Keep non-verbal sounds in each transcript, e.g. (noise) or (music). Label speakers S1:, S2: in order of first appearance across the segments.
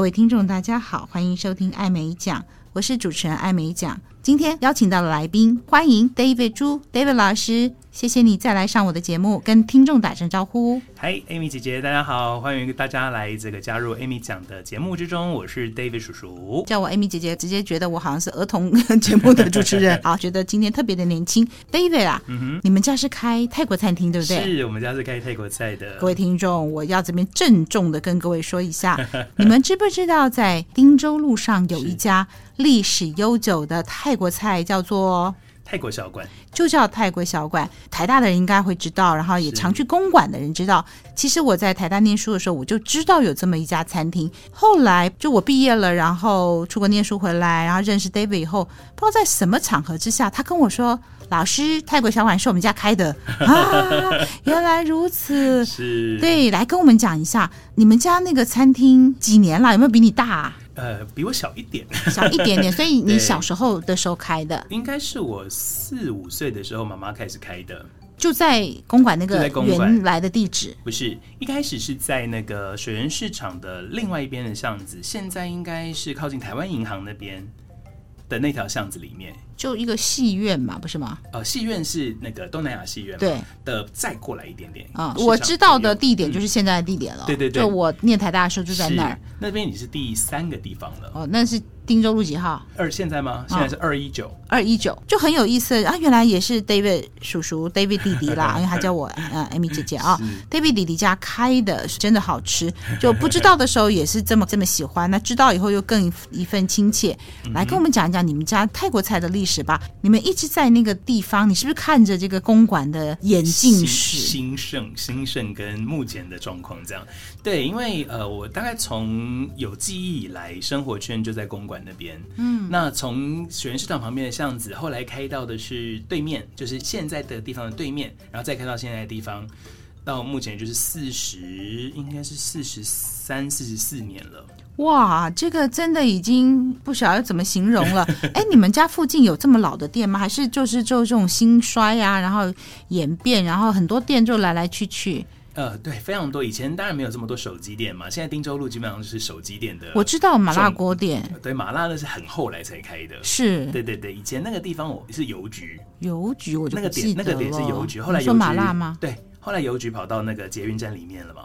S1: 位听众，大家好，欢迎收听艾美奖，我是主持人艾美奖。今天邀请到了来宾，欢迎 David 朱 David 老师，谢谢你再来上我的节目，跟听众打声招呼。
S2: 嗨，Amy 姐姐，大家好，欢迎大家来这个加入 Amy 讲的节目之中，我是 David 叔叔。
S1: 叫我 Amy 姐姐，直接觉得我好像是儿童节目的主持人，好，觉得今天特别的年轻。David 啊，你们家是开泰国餐厅对不对？
S2: 是我们家是开泰国菜的，
S1: 各位听众，我要这边郑重的跟各位说一下，你们知不知道在汀州路上有一家历史悠久的泰国菜，叫做
S2: 泰国小馆，
S1: 就叫泰国小馆？台大的人应该会知道，然后也
S2: 是
S1: 常去公馆的人知道。其实我在台大念书的时候，我就知道有这么一家餐厅。后来就我毕业了，然后出国念书回来，然后认识 David 以后，不知道在什么场合之下，他跟我说。老师，泰国小馆是我们家开的 (laughs) 啊！原来如此，
S2: 是，
S1: 对，来跟我们讲一下，你们家那个餐厅几年了？有没有比你大、啊？
S2: 呃，比我小一点，
S1: 小一点点，所以你
S2: (laughs) 对
S1: 小时候的时候开的，
S2: 应该是我四五岁的时候，妈妈开始开的，
S1: 就在公馆那
S2: 就
S1: 个
S2: 在公馆
S1: 原来的地址。
S2: 不是，一开始是在那个水源市场的另外一边的巷子，现在应该是靠近台湾银行那边的那条巷子里面。
S1: 就一个戏院嘛，不是吗？
S2: 呃，戏院是那个东南亚戏院嘛
S1: 对
S2: 的，再过来一点点
S1: 啊、
S2: 市场
S1: 我知道
S2: 左右
S1: 的地点就是现在的地点了。
S2: 嗯对对对
S1: 就我念台大的时候就在那儿
S2: 是。那边已经是第三个地方了。
S1: 哦，那是汀州路几号？
S2: 二现在
S1: 啊
S2: 吗？现在是二一九。
S1: 二一九，就很有意思啊！原来也是 David 叔叔 David 弟弟
S2: (laughs)
S1: 啦，因为他叫我呃 Amy 姐姐啊。David 弟弟家开的是真的好吃，就不知道的时候也是这么这么喜欢，那知道以后又更一份亲切。
S2: 嗯
S1: 来跟我们讲一讲你们家泰国菜的历史吧。你们一直在那个地方，你是不是看着这个公馆的眼镜
S2: 兴
S1: 史？
S2: 兴盛、兴盛跟目前的状况这样，对，因为呃，我大概从有记忆以来，生活圈就在公馆那边。嗯，那从学员市场旁边的巷子，后来开到的是对面，就是现在的地方的对面，然后再开到现在的地方，到目前就是四十，应该是四十三、四十四年了。
S1: 哇，这个真的已经不晓得怎么形容
S2: (laughs)
S1: 了。哎，你们家附近有这么老的店吗？还是就是就这种兴衰啊，然后演变，然后很多店就来来去去。
S2: 呃，对，非常多。以前当然没有这么多手机店嘛，现在汀州路基本上就是手机店的。
S1: 我知道麻辣
S2: 重
S1: 锅店
S2: 对麻辣那是很后来才开的。
S1: 是
S2: 呃对对对，以前那个地方我是邮局，
S1: 邮局，我就
S2: 那
S1: 不
S2: 个
S1: 记
S2: 点
S1: 得
S2: 那
S1: 了。
S2: 个点是邮局，后来
S1: 你说
S2: 邮局
S1: 麻辣吗？？
S2: 对，后来邮局跑到那个捷运站里面了嘛。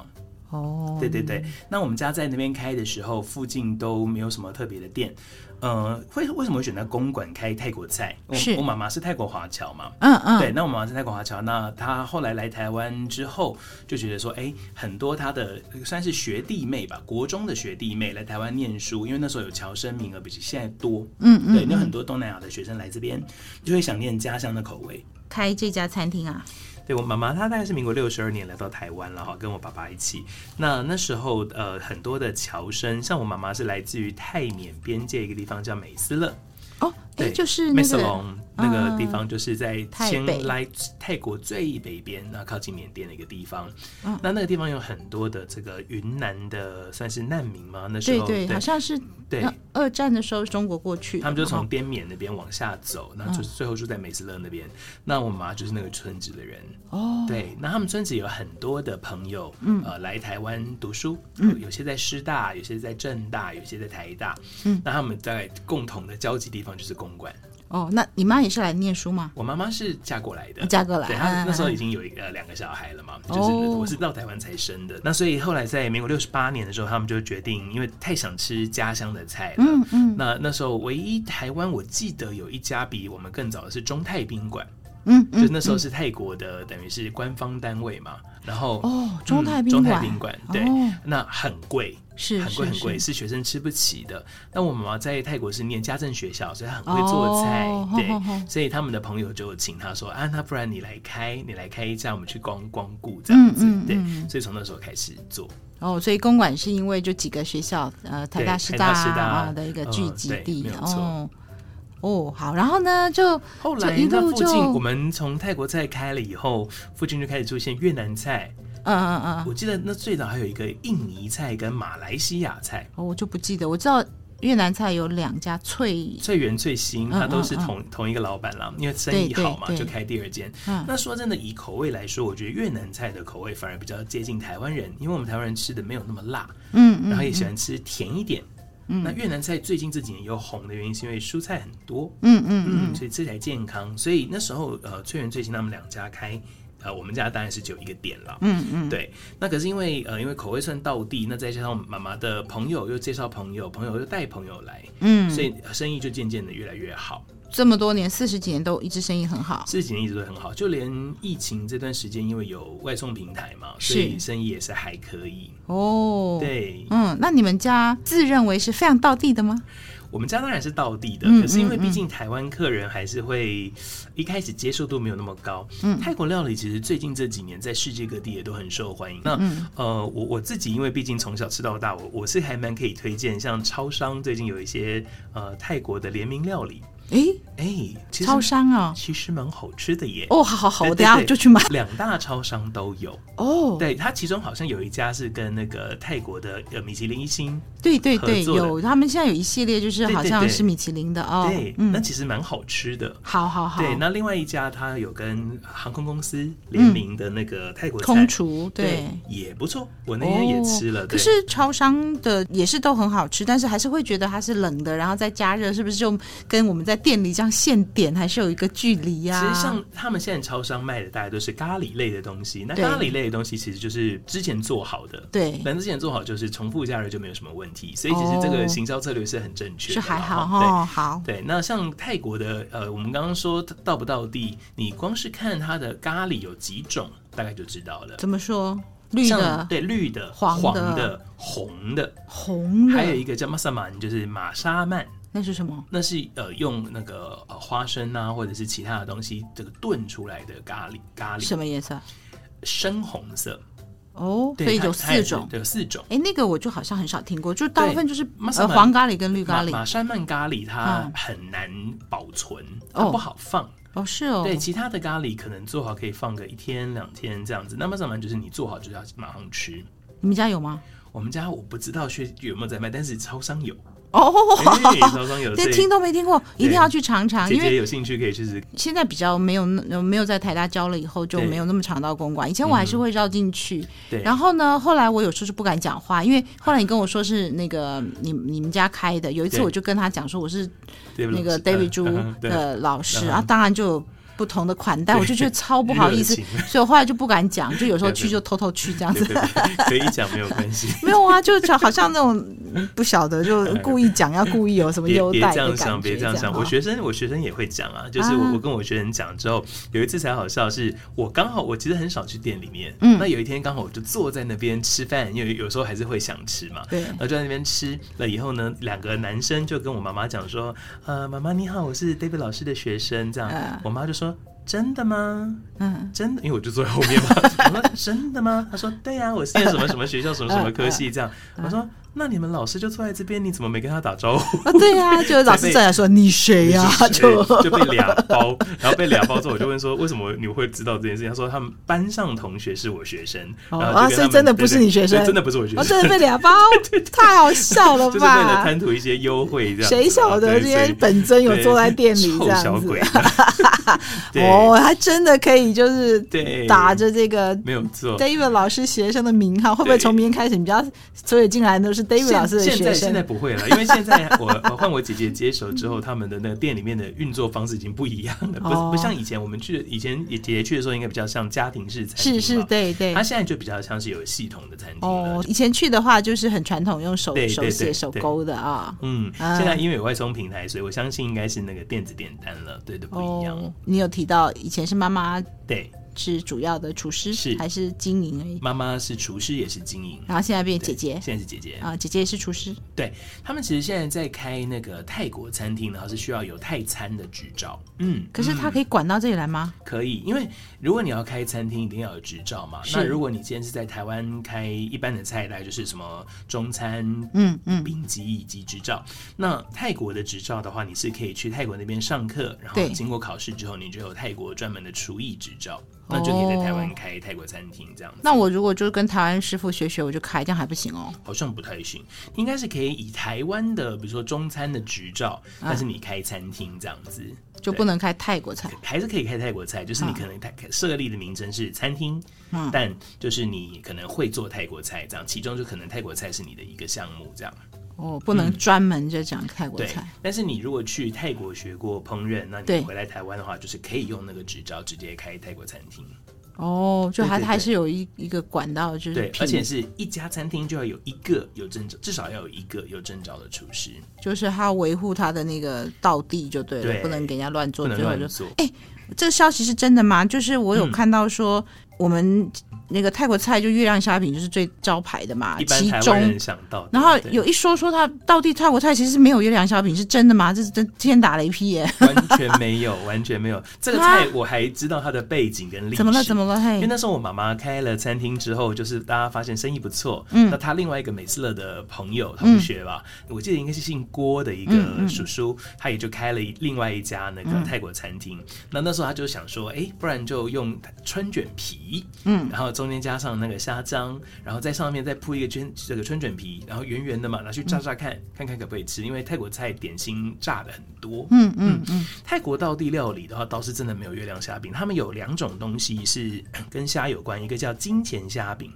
S1: 哦，
S2: 对对对，那我们家在那边开的时候，附近都没有什么特别的店。呃，会为什么会选择公馆开泰国菜？我
S1: 是
S2: 我妈妈是泰国华侨嘛，
S1: 嗯嗯，
S2: 对，那我们马上在广华侨，那他后来来台湾之后，就觉得说，哎，很多他的呃算是学弟妹吧，国中的学弟妹来台湾念书，因为那时候有侨生名额比现在多，
S1: 嗯嗯，
S2: 对，有很多东南亚的学生来这边，就会想念家乡的口味。
S1: 开这家餐厅啊，
S2: 对我妈妈，她大概是民国六十二年来到台湾了哈，跟我爸爸一起。那那时候呃，很多的侨生，像我妈妈是来自于泰缅边界一个地方叫美斯乐，
S1: 哦，哎，
S2: 对
S1: 就是
S2: 美
S1: 那
S2: 斯
S1: 个
S2: 龙那个地方，就是在
S1: 泰
S2: 先
S1: 北
S2: 来泰国最北边，那靠近缅甸的一个地方。
S1: 嗯
S2: 那那个地方有很多的这个云南的算是难民嘛，那时
S1: 对
S2: 候
S1: 对，好像是
S2: 对
S1: 那二战的时候中国过去的嘛，
S2: 他们就从
S1: 哦
S2: 滇缅那边往下走，那
S1: 嗯
S2: 就是最后住在美斯乐那边。那我妈就是那个村子的人哦，对，那他们村子有很多的朋友，嗯，呃，来台湾读书，嗯，有些在师大，有些在政大，有些在台大，嗯，那他们在共同的交集地方就是公馆。
S1: 哦，那你妈也是来念书吗？
S2: 我妈妈是嫁过来的，
S1: 嫁过来嗯
S2: 对，她
S1: 嗯
S2: 那时候
S1: 嗯
S2: 已经有一个呃两个小孩了嘛，
S1: 哦
S2: 就是我是到台湾才生的。那所以后来在民国六十八年的时候，他们就决定，因为太想吃家乡的菜了。
S1: 嗯嗯
S2: 那那时候唯一台湾我记得有一家比我们更早的是中泰宾馆，
S1: 嗯
S2: 就是
S1: 嗯，
S2: 那时候是泰国的，等于是官方单位嘛。然后
S1: 哦，
S2: 嗯
S1: 中泰宾
S2: 中
S1: 馆，
S2: 泰宾馆对
S1: 哦，
S2: 那很贵，
S1: 是
S2: 很贵
S1: 是
S2: 很贵，
S1: 是
S2: 是学生吃不起的。那我妈妈在泰国是念家政学校，所以她很会做菜，
S1: 哦
S2: 对，
S1: 吼吼吼
S2: 所以他们的朋友就请她说啊，那不然你来开，你来开一家，我们去光光顾这样子，
S1: 嗯嗯
S2: 对。所以从那时候开始做，
S1: 哦，所以公馆是因为就几个学校，呃，台
S2: 对
S1: 大、
S2: 台
S1: 师
S2: 大
S1: 啊
S2: 师大
S1: 啊的一个
S2: 呃
S1: 聚集
S2: 对
S1: 地
S2: 没有，错
S1: 哦，哦，好，然后呢，就
S2: 后
S1: 就
S2: 来
S1: 一
S2: 那
S1: 路
S2: 附近
S1: 就
S2: 我们从泰国菜开了以后，附近就开始出现越南菜，
S1: 嗯嗯嗯，
S2: 我记得那最早还有一个印尼菜跟马来西亚菜。
S1: 哦我就不记得，我知道越南菜有两家翠，
S2: 最圆最新，它
S1: 嗯
S2: 都是
S1: 嗯嗯
S2: 同、同一个老板啦，因为生
S1: 对
S2: 意
S1: 对
S2: 好嘛，
S1: 对
S2: 就开第二间。
S1: 嗯
S2: 那说真的，以口味来说，我觉得越南菜的口味反而比较接近台湾人，因为我们台湾人吃的没有那么辣，
S1: 嗯
S2: 然
S1: 嗯，
S2: 后也喜欢吃甜一点。那越南菜最近这几年又红的原因，是因为蔬菜很多，
S1: 嗯嗯
S2: 嗯，所以吃起来健康。所以那时候呃，翠园最新他们两家开。呃，我们家当然是只有一个店了，
S1: 嗯嗯，
S2: 对。那可是因为呃，因为口味算到地，那再加上妈妈的朋友又介绍朋友，朋友又带朋友来，
S1: 嗯，
S2: 所以呃生意就渐渐的越来越好。
S1: 这么多年四十几年都一直生意很好，
S2: 这几年一直都很好，就连疫情这段时间，因为有外送平台嘛，所以
S1: 是
S2: 生意也是还可以。
S1: 哦，，
S2: 对，
S1: 嗯，那你们家自认为是非常道地的吗？
S2: 我们家当然是到地的，
S1: 嗯
S2: 可是因为
S1: 嗯
S2: 毕竟台湾客人还是会一开始接受度没有那么高。
S1: 嗯
S2: 泰国料理其实最近这几年在世界各地也都很受欢迎。那、
S1: 嗯
S2: 呃，我我自己因为毕竟从小吃到大，我我是还蛮可以推荐，像超商最近有一些呃泰国的联名料理，
S1: 诶，
S2: 哎、其实
S1: 超商啊、
S2: 其实蛮好吃的耶。
S1: 哦，好好好，
S2: 对
S1: 我
S2: 对
S1: 等一下
S2: 对
S1: 就去买
S2: 两大超商都有，
S1: 哦。
S2: 对它其中好像有一家是跟那个泰国的呃米其林一星，
S1: 对对
S2: 合
S1: 对，
S2: 作的
S1: 有他们现在有一系列，就是
S2: 对
S1: 好
S2: 对
S1: 像
S2: 对
S1: 是米其林的哦。
S2: 对，那
S1: 嗯，
S2: 其实蛮好吃的。
S1: 好好好，
S2: 对，那另外一家它有跟航空公司联名的那个泰国菜
S1: 空厨
S2: 对
S1: 对。
S2: 也不错，我那天也吃了。
S1: 哦可
S2: 对，
S1: 是超商的也是都很好吃，但是还是会觉得它是冷的，然后再加热，是不是就跟我们在店里这样现点还是有一个距离啊呀、
S2: 其实像他们现在超商卖的大概都是咖喱类的东西，那
S1: 对
S2: 咖喱类的东西其实就是之前做好的。
S1: 对
S2: 反正之前做好就是重复加热就没有什么问题，所以其实这
S1: 哦
S2: 个行销策略是很正确的
S1: 是
S2: 啦。
S1: 还好
S2: 对
S1: 哈、哦，好
S2: 对，那像泰国的，呃，我们刚刚说到不到地，你光是看它的咖喱有几种，大概就知道了。
S1: 怎么说？绿
S2: 像
S1: 的、
S2: 对绿的、
S1: 黄的
S2: 黄的、红的，
S1: 红
S2: 还有一
S1: 的，
S2: 个叫玛萨曼，就是玛莎曼，
S1: 那是什么？
S2: 那是呃用那个呃花生啊或者是其他的东西这个炖出来的咖喱，咖喱
S1: 什么颜色？
S2: 深红色，
S1: 哦，所
S2: 对
S1: 以
S2: 它
S1: 有
S2: 它也
S1: 四
S2: 是
S1: 种。
S2: 对有四种。
S1: 哎，那个我就好像很少听过，就大部分就是
S2: 马萨
S1: 呃
S2: 曼
S1: 黄咖喱跟绿咖
S2: 玛
S1: 喱。
S2: 玛莎曼咖喱它
S1: 嗯
S2: 很难保存，
S1: 哦
S2: 它不好放。
S1: 哦，是哦，
S2: 对，其他的咖喱可能做好可以放个一天两天这样子，那么上面就是你做好就是要马上吃。
S1: 你们家有吗？
S2: 我们家我不知道去有没有在卖，但是超商有，
S1: 哦，
S2: (laughs) 哎超商有，所
S1: 这
S2: 以
S1: 听都没听过，一定
S2: 对
S1: 要去尝尝，
S2: 姐
S1: 因为
S2: 姐有兴趣可以去试。
S1: 现在比较没有那没有在台大教了，以后就
S2: 对嗯
S1: 没有那么常到公馆。以前我还是会绕进去，
S2: 对，
S1: 然后呢，后来我有时候就不敢讲话，因为
S2: (laughs)
S1: 后来你跟我说是那个你你们家开的，有一次
S2: 对
S1: 我就跟他讲说我是
S2: 对
S1: 那个
S2: 老师
S1: David 朱
S2: 嗯 (laughs) 嗯对
S1: 的老师
S2: 嗯
S1: 啊，当然就有不同的款待，
S2: 对
S1: 我就觉得超不好意思
S2: (laughs) 热，情
S1: 所以我后来就不敢讲，就有时候
S2: 对对
S1: 去就偷偷去这样
S2: 对
S1: 子。
S2: 对对， (laughs) 可以讲没有关系，
S1: (laughs) 没有啊，就就好像那种嗯不晓得就故意讲，要故意有什么
S2: 别
S1: 优
S2: 别
S1: 待
S2: 这
S1: 的
S2: 样
S1: 感觉，
S2: 想，别这样想。
S1: 哈
S2: 我学生我学生也会讲啊，就是我
S1: 啊
S2: 我跟我学生讲之后，有一次才好笑是，我刚好我其实很少去店里面，
S1: 嗯
S2: 那有一天刚好我就坐在那边吃饭，因为有时候还是会想吃嘛，
S1: 对
S2: 然后就在那边吃了以后呢，两个男生就跟我妈妈讲说：“呃，妈妈你好，我是 David 老师的学生。”这样，
S1: 嗯
S2: 我妈就说：“真的吗？
S1: 嗯
S2: 真的？因为我就坐在后面嘛。” (laughs) 我说：“真的吗？”她说：“对呀、我是念什么什么学校，什么什么科
S1: 嗯
S2: 系。”这样，我说：“那你们老师就坐在这边，你怎么没跟他打招呼
S1: 啊，对呀、就老师
S2: 被
S1: 正来说你谁哎
S2: (laughs)
S1: 呀、？”就
S2: 对就被俩包，然后被俩包之后，我就问说：“为什么你会知道这件事情？”他说：“他们班上同学是我学生。”
S1: 哦
S2: 然后
S1: 啊
S2: 就跟他
S1: 所以
S2: 们
S1: 真的
S2: 对
S1: 不是
S2: 对
S1: 你学
S2: 对
S1: 生
S2: 真的不是我学
S1: 我
S2: 生。
S1: 真的被两
S2: (laughs)
S1: 包，太好笑了
S2: 就是为了
S1: 吧！
S2: 贪图一些优惠这样子啊。
S1: 谁晓得
S2: 对
S1: 今
S2: 所
S1: 天
S2: 以
S1: 本尊有坐在店里这
S2: 臭小
S1: 样
S2: 鬼
S1: (laughs) 子？
S2: 对
S1: 哦，他真的可以就是
S2: 对
S1: 打着这个
S2: 没有错。
S1: David 老师学生的名号，会不会
S2: 对
S1: 从明天开始，你比较所有进来都是 David 老师的
S2: 现
S1: 学
S2: 在现在
S1: 生？
S2: 不会了，因为现在我 (laughs) 我换我姐姐接手之后，他们的那个店里面的运作方式已经不一样了，不是
S1: 哦
S2: 不像以前我们去的，以前姐姐去的时候应该比较像家庭式餐厅
S1: 是
S2: 吧，
S1: 是，对对
S2: 她。现在就比较像是有系统的餐厅了
S1: 哦，。以前去的话就是很传统，用手
S2: 对对
S1: 手写
S2: 对
S1: 手
S2: 对
S1: 勾的啊。
S2: 嗯，
S1: 啊
S2: 现在因为有外送平台，所以我相信应该是那个电子点单了，对的不一样。
S1: 哦，你有提到以前是妈妈
S2: 对，
S1: 是主要的厨师，
S2: 是
S1: 还是经营而已？
S2: 妈妈是厨师，也是经营，
S1: 然后现在变姐
S2: 对
S1: 姐
S2: 现在是姐姐。
S1: 啊，姐姐也是厨师。
S2: 对他们其实现在在开那个泰国餐厅呢，它是需要有泰餐的执照。嗯，
S1: 可是
S2: 嗯
S1: 她可以管到这里来吗？
S2: 可以，因为如果你要开餐厅，一定要有执照嘛。
S1: 是
S2: 那如果你今天是在台湾开一般的菜单，就是什么中餐、
S1: 嗯嗯，
S2: 丙级以及执照。那泰国的执照的话，你是可以去泰国那边上课，然后
S1: 对
S2: 经过考试之后，你就有泰国专门的厨艺执照，
S1: 哦
S2: 那就可以在台湾开泰国餐厅这样子。
S1: 那我如果就跟台湾师傅学学，我就开，这样还不行哦。
S2: 好像不太行，应该是可以以台湾的，比如说中餐的执照，
S1: 啊
S2: 但是你开餐厅这样子，
S1: 就不能开泰国菜。
S2: 还是可以开泰国菜，就是
S1: 啊
S2: 你可能它设立的名称是餐厅，
S1: 嗯
S2: 但就是你可能会做泰国菜，这样其中就可能泰国菜是你的一个项目，这样
S1: 哦，不能专门就讲泰国
S2: 对
S1: 菜。，
S2: 但是你如果去泰国学过烹饪，那
S1: 对
S2: 你回来台湾的话，就是可以用那个执照直接开泰国餐厅。
S1: 哦，就还
S2: 对对对
S1: 还是有一一个管道，就是
S2: 对，
S1: 聘
S2: 而且是一家餐厅就要有一个有证照，至少要有一个有证照的厨师，
S1: 就是他维护他的那个道地就对了，
S2: 对
S1: 不能给人家乱
S2: 不
S1: 做。
S2: 能
S1: 最后
S2: 乱
S1: 就哎
S2: 做。
S1: 这个消息是真的吗？就是我有
S2: 嗯
S1: 看到说，我们那个泰国菜就月亮虾饼就是最招牌的嘛，
S2: 一般
S1: 其
S2: 台湾
S1: 中
S2: 人。想到的，
S1: 然后
S2: 对
S1: 有一说说他到底泰国菜其实没有月亮虾饼，是真的吗？这是真天打雷劈耶！
S2: 完全没有，完
S1: (laughs)
S2: 全没有。这个
S1: 啊
S2: 菜我还知道它的背景跟历史。
S1: 怎么了？怎么了？
S2: 因为
S1: 嘿，
S2: 那时候我妈妈开了餐厅之后，就是大家发现生意不错，
S1: 嗯
S2: 那她另外一个美斯乐的朋友同学吧，我记得应该是姓郭的一
S1: 嗯
S2: 个叔叔，他也就开了一另外一家那个泰国餐厅。那那时候他就想说，哎、不然就用春卷皮，嗯，然后中间加上那个虾章，然后在上面再铺一个卷这个春卷皮，然后圆圆的嘛，拿去炸炸
S1: 嗯
S2: 看、看看可不可以吃，因为泰国菜点心炸的很多，
S1: 嗯嗯嗯，
S2: 泰国道地料理的话，倒是真的没有月亮虾饼。他们有两种东西是 (clears throat) 跟虾有关，一个叫金钱虾饼，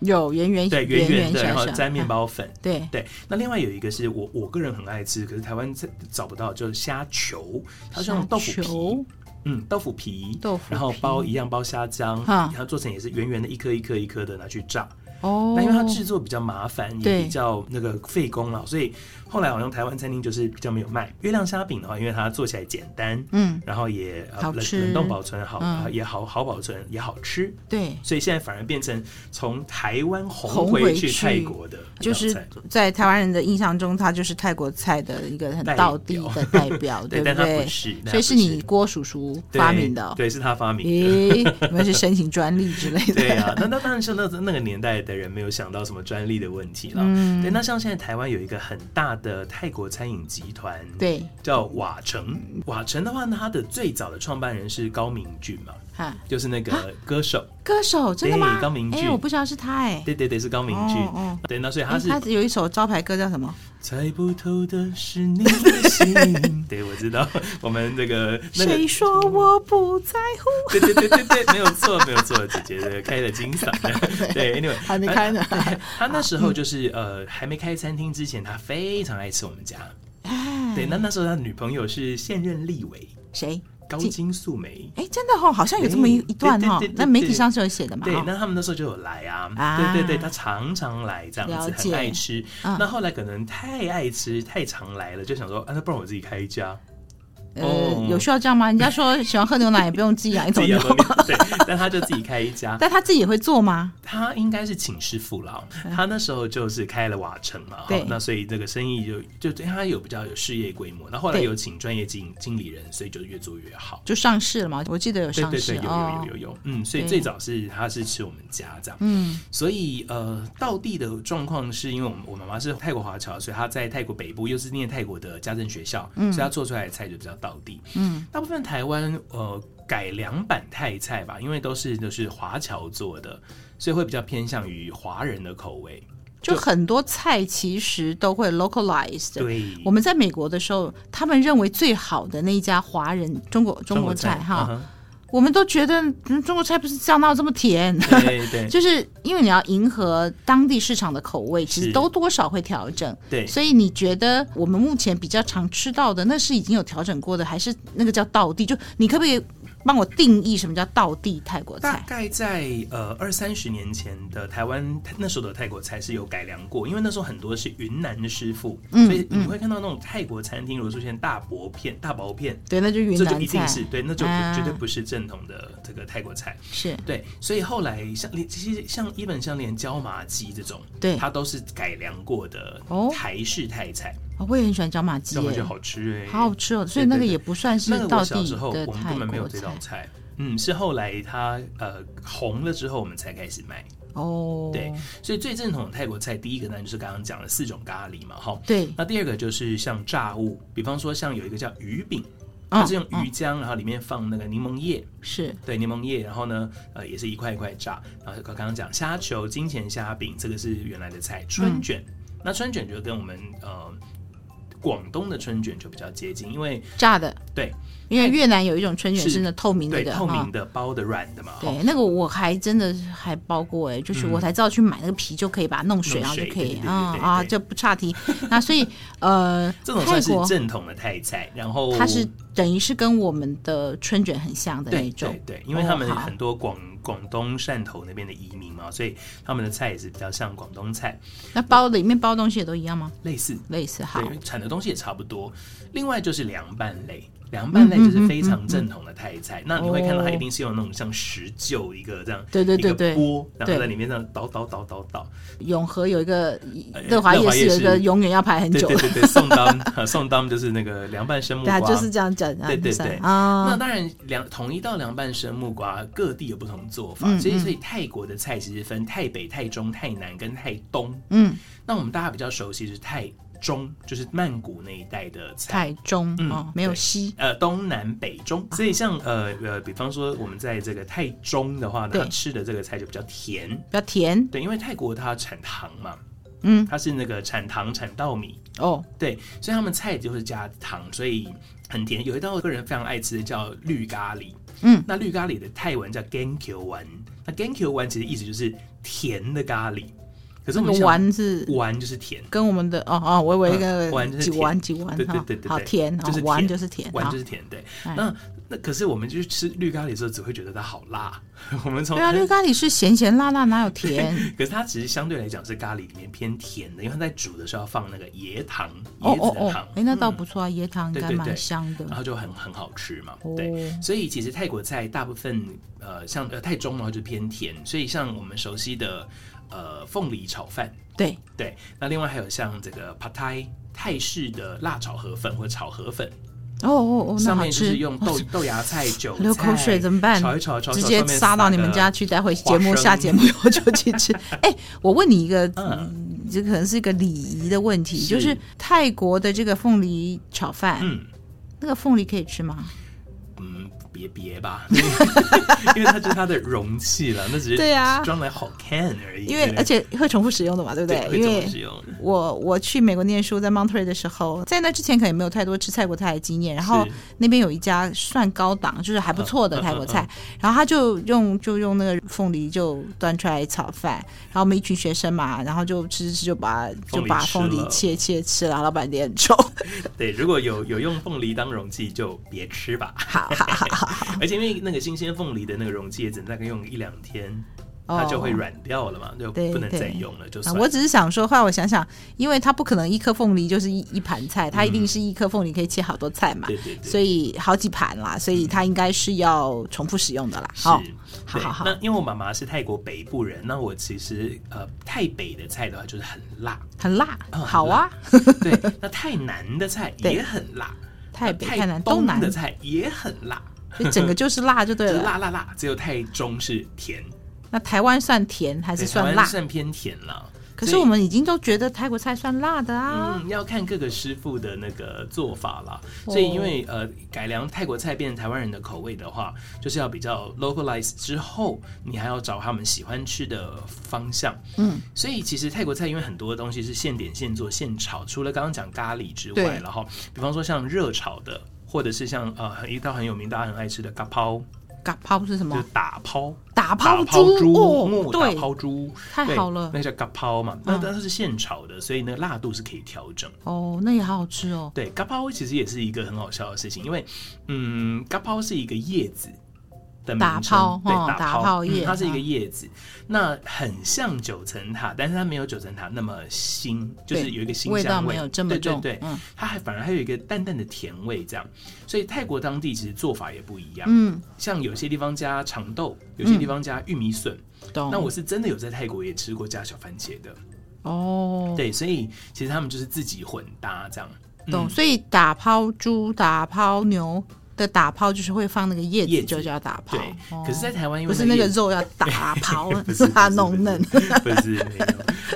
S1: 有圆圆
S2: 对，
S1: 圆
S2: 圆圆的，
S1: 小
S2: 然后
S1: 小
S2: 沾面
S1: 嗯
S2: 包粉。
S1: 对，
S2: 对，那另外有一个是我我个人很爱吃，可是台湾这找不到，就是虾球，它是用豆腐皮，
S1: 球
S2: 嗯，豆腐皮，
S1: 豆腐
S2: 然后
S1: 皮
S2: 包一样包虾浆，
S1: 哈
S2: 然后做成也是圆圆的，一颗一颗一颗的拿去炸。
S1: 哦，
S2: 那因为它制作比较麻烦，也
S1: 对
S2: 比较那个费工了，所以后来好像台湾餐厅就是比较没有卖月亮虾饼的话，因为它做起来简单，
S1: 嗯，
S2: 然后也呃
S1: 好
S2: 冷
S1: 吃
S2: 冷冻保存好，
S1: 嗯
S2: 呃也好好保存，也好吃。
S1: 对，
S2: 所以现在反而变成从台湾红
S1: 红回
S2: 回去
S1: 去
S2: 泰国的一道
S1: 就是
S2: 菜
S1: 在台湾人的印象中，它就是泰国菜的一个很
S2: 代表
S1: 道地的代表，
S2: (laughs) 对，
S1: 不
S2: 但它
S1: 对
S2: 不？是，但
S1: 所
S2: 它
S1: 以
S2: 不
S1: 是你郭叔叔
S2: 对
S1: 发明的哦、
S2: 对，是他发明的。 (laughs)
S1: 咦，你们是申请专利之类的？
S2: 对啊，那那当然是那那个年代的人没有想到什么专利的问题了。
S1: 嗯
S2: 对，那像现在台湾有一个很大的泰国餐饮集团，
S1: (laughs) 对，
S2: 叫瓦城。瓦城的话呢，它的最早的创办人是高明俊嘛，
S1: 哈，
S2: 就是那
S1: 啊
S2: 个歌手。
S1: 歌手真的
S2: 对
S1: 吗？
S2: 高明
S1: 哎、
S2: 俊
S1: 我不知道是他哎、
S2: 对对对，是高明俊。
S1: 哦哦
S2: 对，那所以
S1: 哎
S2: 他是、
S1: 他有一首招牌歌叫什么？
S2: 猜不透的是你的心。
S1: (laughs)
S2: 对，我知道，我们那个那个
S1: 谁说我不在乎？
S2: 对对对对对，没有错，没有错，姐姐的开了金
S1: (laughs)
S2: 嗓的。对，anyway，
S1: 还没开呢
S2: 他
S1: (laughs)
S2: 对他那时候就是呃，还没开餐厅之前，他非常爱吃我们家。对，
S1: 嗯
S2: 那那时候他女朋友是现任立委
S1: 啊谁？
S2: 高
S1: 金
S2: 金素梅。
S1: 哎、真的哦，好像有这么一
S2: 哎
S1: 一段哦
S2: 对对对对。对
S1: 那媒体上是有写的嘛？
S2: 对
S1: 哦，
S2: 那他们那时候就有来啊，
S1: 啊
S2: 对对对，他常常来这样子，
S1: 了解
S2: 很爱吃。
S1: 嗯
S2: 那后来可能太爱吃，太常来了，就想说，啊，那不然我自己开
S1: (laughs)
S2: 一家，哦啊
S1: 呃，有需要这样吗？人家说喜欢喝牛奶也不用啊自己养一
S2: 自
S1: 头
S2: (laughs) 己
S1: 牛
S2: 要，喝对，但他就自己开一家。 (laughs)
S1: 但他自己也会做吗？
S2: 他应该是请师傅啦，他那时候就是开了瓦城嘛，
S1: 嗯对
S2: 哈那所以这个生意就就对他有比较有事业规模，那后来
S1: 对
S2: 有请专业经经理人，所以就越做越好。
S1: 就上市了嘛？我记得有
S2: 对
S1: 上
S2: 对
S1: 市
S2: 对，有
S1: 哦
S2: 有有。有有，嗯，所以
S1: 对
S2: 最早是他是吃我们家这样，
S1: 嗯，
S2: 所以呃，道地的状况是因为我们我妈妈是泰国华侨，所以她在泰国北部又是念泰国的家政学校，
S1: 嗯
S2: 所以她做出来的菜就比较道地。嗯，大部分台湾呃改良版泰菜吧，因为都是就是华侨做的，所以会比较偏向于华人的口味。
S1: 就很多菜其实都会 localized。
S2: 对，
S1: 我们在美国的时候，他们认为最好的那一家华人中国中国菜哈，
S2: 嗯
S1: 我们都觉得嗯中国菜不是这样闹这么甜，
S2: 嗯哼对对
S1: (laughs) 就是因为你要迎合当地市场的口味，其
S2: 是
S1: 实都多少会调整。 (laughs)
S2: 对。
S1: 所以你觉得我们目前比较常吃到的，那是已经有调整过的，还是那个叫道地？就你可不可以帮我定义什么叫道地泰国
S2: 大
S1: 菜？
S2: 概在呃二三十年前的台湾，那时候的泰国菜是有改良过，因为那时候很多是云南的师傅，
S1: 嗯
S2: 所以你会看到那种泰国餐厅如果出现大薄片、大薄片，
S1: 对，那就云
S2: 这就
S1: 南
S2: 一定
S1: 菜
S2: 是对，那就不
S1: 啊
S2: 绝对不是正统的这个泰国菜。
S1: 是
S2: 对，所以后来像连其实像一本像连椒麻鸡这种，
S1: 对
S2: 它都是改良过的
S1: 哦
S2: 台式泰菜，
S1: 哦我也很喜欢椒麻鸡
S2: 这样
S1: 耶
S2: 就，好吃哎，
S1: 好好吃哦。所以
S2: 对
S1: 那个
S2: 对
S1: 也不算是
S2: 那个
S1: 道
S2: 我小
S1: 地
S2: 时候
S1: 的
S2: 我们
S1: 泰
S2: 根本没有
S1: 国
S2: 这
S1: 菜
S2: 道菜，嗯，是后来它呃红了之后我们才开始卖。
S1: 哦。
S2: 对，所以最正统的泰国菜，第一个呢就是刚刚讲的四种咖喱嘛，哈。
S1: 对，
S2: 那第二个就是像炸物，比方说像有一个叫鱼饼，
S1: 嗯
S2: 它是用鱼
S1: 啊
S2: 浆，然后里面放那个柠檬叶，
S1: 哦是
S2: 对，柠檬叶，然后呢，呃，也是一块一块炸。然后刚刚讲虾球、金
S1: 嗯
S2: 钱虾饼，这个是原来的菜，春卷。那春卷就跟我们呃。广东的春卷就比较接近，因为
S1: 炸的，
S2: 对
S1: 因为越南有一种春卷
S2: 是
S1: 是那透明的
S2: 对
S1: 的
S2: 透
S1: 哈
S2: 明的、包的、软的嘛，吼
S1: 对，那个我还真的还包过哎、就是我才知道去买那个皮就可以把它弄水，
S2: 嗯弄
S1: 然后就
S2: 水
S1: 可
S2: 对
S1: 以
S2: 对对
S1: 啊
S2: 对
S1: 啊，
S2: 对
S1: 这不差题。那所以呃，
S2: (laughs) 这种
S1: 泰
S2: 算是
S1: 国
S2: 正统的泰菜，然后
S1: 它是等于是跟我们的春卷很像的那
S2: 对
S1: 种
S2: 对，对，因为他们
S1: 哦好
S2: 很多广广东汕头那边的移民嘛，所以他们的菜也是比较像广东菜，
S1: 那包里面包东西也都一样吗？
S2: 类似
S1: 类似好
S2: 对，因为产的东西也差不多。另外就是凉拌
S1: 嗯
S2: 类，凉拌类就是非常正统的泰菜。那你会看到它一定是用那种像石臼一个这样，
S1: 对对对
S2: 一
S1: 对
S2: 个锅，然
S1: 对
S2: 后在里面这样捣捣捣捣捣，
S1: 永和有一个
S2: 哎
S1: 乐华
S2: 乐
S1: 夜
S2: 华
S1: 市
S2: 夜
S1: 有一个
S2: 市
S1: 永远要排很
S2: 对
S1: 久
S2: 对，对对，宋当 (laughs) 呃宋当就是那个凉拌生
S1: (laughs)
S2: 木
S1: 对啊，
S2: 瓜，
S1: 就是这样讲啊，
S2: 对对
S1: 是啊
S2: 对那
S1: 啊，
S2: 当然，凉同一道凉拌生木瓜，各地有不同做法。
S1: 嗯
S2: 所以，
S1: 嗯
S2: 所以泰国的菜其实分泰北、泰中、泰南跟泰东。
S1: 嗯，
S2: 那我们大家比较熟悉是泰中，就是曼谷那一带的菜。
S1: 台中
S2: 嗯
S1: 哦，没有
S2: 对
S1: 西，
S2: 呃，东南北中，
S1: 啊
S2: 所以像呃呃，比方说我们在这个泰中的话呢，
S1: 对
S2: 它吃的这个菜就比较甜，
S1: 比较甜，
S2: 对，因为泰国它产糖嘛，
S1: 嗯，
S2: 它是那个产糖产稻米，
S1: 哦，
S2: 对，所以他们菜就是加糖，所以很甜。有一道我个人非常爱吃的叫绿咖喱，
S1: 嗯，
S2: 那绿咖喱的泰文叫 g a n k y o 丸，那 g a n k y o 丸其实意思就是甜的咖喱，可是
S1: 那
S2: 我
S1: 个
S2: 们想
S1: 丸是
S2: 丸就是甜，
S1: 跟我们的哦哦，我以为一
S2: 嗯
S1: 个
S2: 丸就是
S1: 几
S2: 甜
S1: 丸几丸
S2: 对对
S1: 哈
S2: 对对，对
S1: 好甜
S2: 就是
S1: 哦，丸
S2: 甜
S1: 就是甜，
S2: 丸
S1: 好
S2: 就是甜，对。
S1: 哎
S2: 那那可是我们去吃绿咖喱的时候，只会觉得它好辣， (laughs) 我们从
S1: 对啊，绿咖喱是咸咸辣辣，哪有
S2: (laughs)
S1: 甜？
S2: 可是它其实相对来讲是咖喱里面偏甜的，因为它在煮的时候要放那个椰糖，
S1: 哦
S2: 椰
S1: 哦
S2: 子的
S1: 哦
S2: 糖，，嗯
S1: 哎，那倒不错啊，椰糖应
S2: 对
S1: 该
S2: 对
S1: 蛮
S2: 对啊
S1: 香的
S2: 然。后就很很好吃嘛。
S1: 哦
S2: 对，所以其实泰国菜大部分呃像呃泰中然后就偏甜，所以像我们熟悉的呃凤梨炒饭，
S1: 对，
S2: 对，那另外还有像这个 p a t a i 泰式的辣炒河粉或炒河粉，
S1: 哦哦哦，那
S2: 上
S1: 好
S2: 面就
S1: 吃
S2: 是。用豆豆芽菜、韭菜，
S1: 流口水怎么办
S2: 炒一炒，炒一炒
S1: 直接
S2: 上面
S1: 杀到你们
S2: 撒个
S1: 家去，待会
S2: 花
S1: 节目
S2: 生
S1: 下节目以后就去
S2: (laughs)
S1: 吃。哎，我问你一个，
S2: 嗯
S1: 这可能是一个礼仪的问题，就是
S2: 是
S1: 泰国的这个凤梨炒饭，
S2: 嗯
S1: 那个凤梨可以吃吗？
S2: 嗯，别别吧， (laughs) 因为它就是它的容器了，那只是
S1: 对啊
S2: 装来好看而已。
S1: 因为
S2: 对
S1: 而且会重复使用的嘛，对不
S2: 对，会
S1: 因
S2: 怎么
S1: 为
S2: 使用？
S1: 我我去美国念书，在 Monterey 的时候，在那之前可能也没有太多吃泰国菜的经验。然后
S2: 是
S1: 那边有一家算高档，就是还不错的
S2: 嗯
S1: 泰国菜，然后他就用就用那个凤梨就端出来炒饭，然后我们一群学生嘛，然后就吃吃吃就把就
S2: 凤梨
S1: 把
S2: 吃
S1: 凤梨
S2: 了
S1: 切切吃了，老板脸很
S2: (laughs)
S1: 臭。
S2: 对，如果有有用凤梨当容器，就别吃吧。
S1: 好好好好，
S2: 而且因为那个新鲜凤梨的那个容器也只能大概用一两天，它就会
S1: 哦
S2: 软掉了嘛，就
S1: 对
S2: 不能再
S1: 对
S2: 用了，就
S1: 啊
S2: 算。
S1: 我只是想说，后来我想想，因为它不可能一颗凤梨就是一一盘菜，它一定
S2: 嗯
S1: 是一颗凤梨可以切好多菜嘛，
S2: 对对对
S1: 所以好几盘啦，所以它应该是要重复使用的啦。
S2: 是
S1: 好，，
S2: 对
S1: 好好
S2: 那因为我妈妈是泰国北部人，那我其实呃泰北的菜的话就是很
S1: (laughs)
S2: 辣，
S1: 很辣，
S2: 嗯
S1: 好啊，
S2: 对。那泰南的菜
S1: 对
S2: 也很辣，
S1: 泰北、
S2: 泰
S1: 泰南、
S2: 呃东
S1: 东南
S2: 的，菜也很辣，
S1: 就
S2: (laughs)
S1: 整个就是辣就
S2: 就
S1: 对
S2: 是
S1: 了。
S2: 辣辣辣。只有泰中是甜，
S1: 那台湾算甜还
S2: 还
S1: 是算辣？
S2: 算偏甜了。
S1: 可是
S2: 所以
S1: 我们已经都觉得泰国菜算辣的啊。哦
S2: 嗯，要看各个师傅的那个做法啦。所以因为呃，改良泰国菜变成台湾人的口味的话，就是要比较 localize 之后，你还要找他们喜欢吃的方向。
S1: 嗯，
S2: 所以其实泰国菜因为很多东西是现点现做现炒，除了刚刚讲咖喱之
S1: 对
S2: 外，然后比方说像热炒的，或者是像呃一道很有名大家很爱吃的嘎抛，
S1: 嘎抛是什
S2: 就是
S1: 么？
S2: 打抛。
S1: 打
S2: 打
S1: 抛
S2: 抛猪
S1: 哦，
S2: 木打
S1: 对，
S2: 抛猪，
S1: 太
S2: 对
S1: 好了
S2: 那叫嘎抛嘛，那
S1: 嗯
S2: 但是现炒的，所以那个辣度是可以调整。
S1: 哦，那也好好吃哦。
S2: 对，嘎抛其实也是一个很好笑的事情，因为嗯，嘎抛是一个叶子的名
S1: 打
S2: 称
S1: 抛
S2: 对，
S1: 哦
S2: 打
S1: 打
S2: 抛
S1: 抛
S2: 嗯
S1: 叶
S2: 它是一个
S1: 嗯
S2: 叶子，那很像九层塔，但是它没有九层塔那么腥，就是
S1: 对
S2: 有一个腥
S1: 味道
S2: 香
S1: 没有这么
S2: 对对
S1: 重
S2: 对
S1: 嗯
S2: 它还反而还有一个淡淡的甜味，这样，所以泰国当地其实做法也不一样，
S1: 嗯，
S2: 像有些地方加长豆，有些地方加玉米笋，
S1: 懂。
S2: 那我是真的有在泰国也吃过加小番茄的，
S1: 哦，
S2: 对，所以其实他们就是自己混搭这样。
S1: 懂。
S2: 嗯
S1: 所以打抛猪、打抛牛的打抛就是会放那个叶
S2: 叶
S1: 子，
S2: 子
S1: 就叫打抛
S2: 对。，可是，在台湾因
S1: 不
S2: 为
S1: 是那个
S2: 叶
S1: 肉要
S2: (laughs)，
S1: 打抛
S2: 不是
S1: (laughs) 是它弄嫩。
S2: 不是不是不是没有。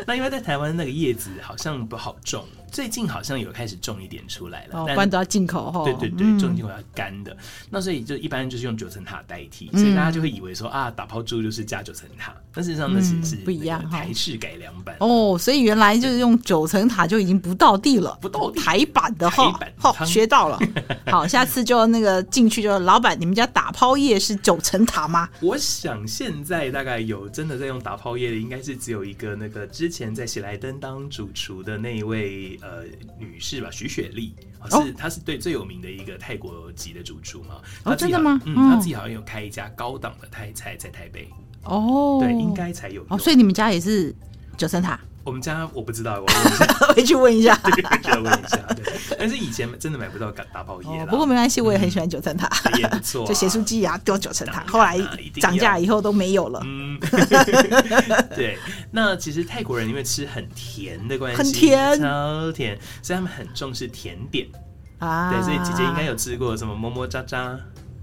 S2: 那因为在台湾那个叶子好像不好种，最近好像有开始种一点出来了，
S1: 哦，不
S2: 但
S1: 然都要进口嗯哈。
S2: 对对对，种进口要干的，那所以就一般就是用九层塔代替，
S1: 嗯
S2: 所以大家就会以为说啊，打抛猪就是加九层塔，但事实上那其实是
S1: 嗯不一样
S2: 那个
S1: 哈
S2: 台式改良版
S1: 哦，所以原来就是用九层塔就已经不到地了，
S2: 不道地
S1: 台版的哈
S2: 台版，
S1: 哈，
S2: 汤
S1: 学到
S2: (laughs)
S1: 了。好，下次就那个进去就老板，你们家打抛叶是九层塔吗？
S2: 我想现在大概有真的在用打泡液的，应该是只有一个那个之前在喜来登当主厨的那一位呃女士吧，徐雪莉，哦
S1: 哦
S2: 是、她是对最有名的一个泰国籍的主厨嘛。
S1: 哦
S2: 她自己
S1: 真的
S2: 好
S1: 吗
S2: 嗯，
S1: 嗯
S2: 她自己好像有开一家高档的泰菜在台北，
S1: 哦，
S2: 对，应该才有用。
S1: 哦，所以你们家也是九层塔， (laughs)
S2: 我们家我不知道，我问一下，
S1: 回去问一下。
S2: 对，需要问一下。对，但是以前真的买不到打打泡液
S1: 哦
S2: 啦，，
S1: 不过没关系，我也很喜欢九层塔，
S2: 也不
S1: (laughs)
S2: 错、啊，
S1: 就咸酥鸡啊，丢九层塔，
S2: 当然啊
S1: 后来
S2: 一定要
S1: 涨价以后都没有了。
S2: 嗯，对。那其实泰国人因为吃很甜的关系，
S1: 很甜
S2: 超甜，所以他们很重视甜点。
S1: 啊，
S2: 对，所以姐姐应该有吃过什么么么喳喳，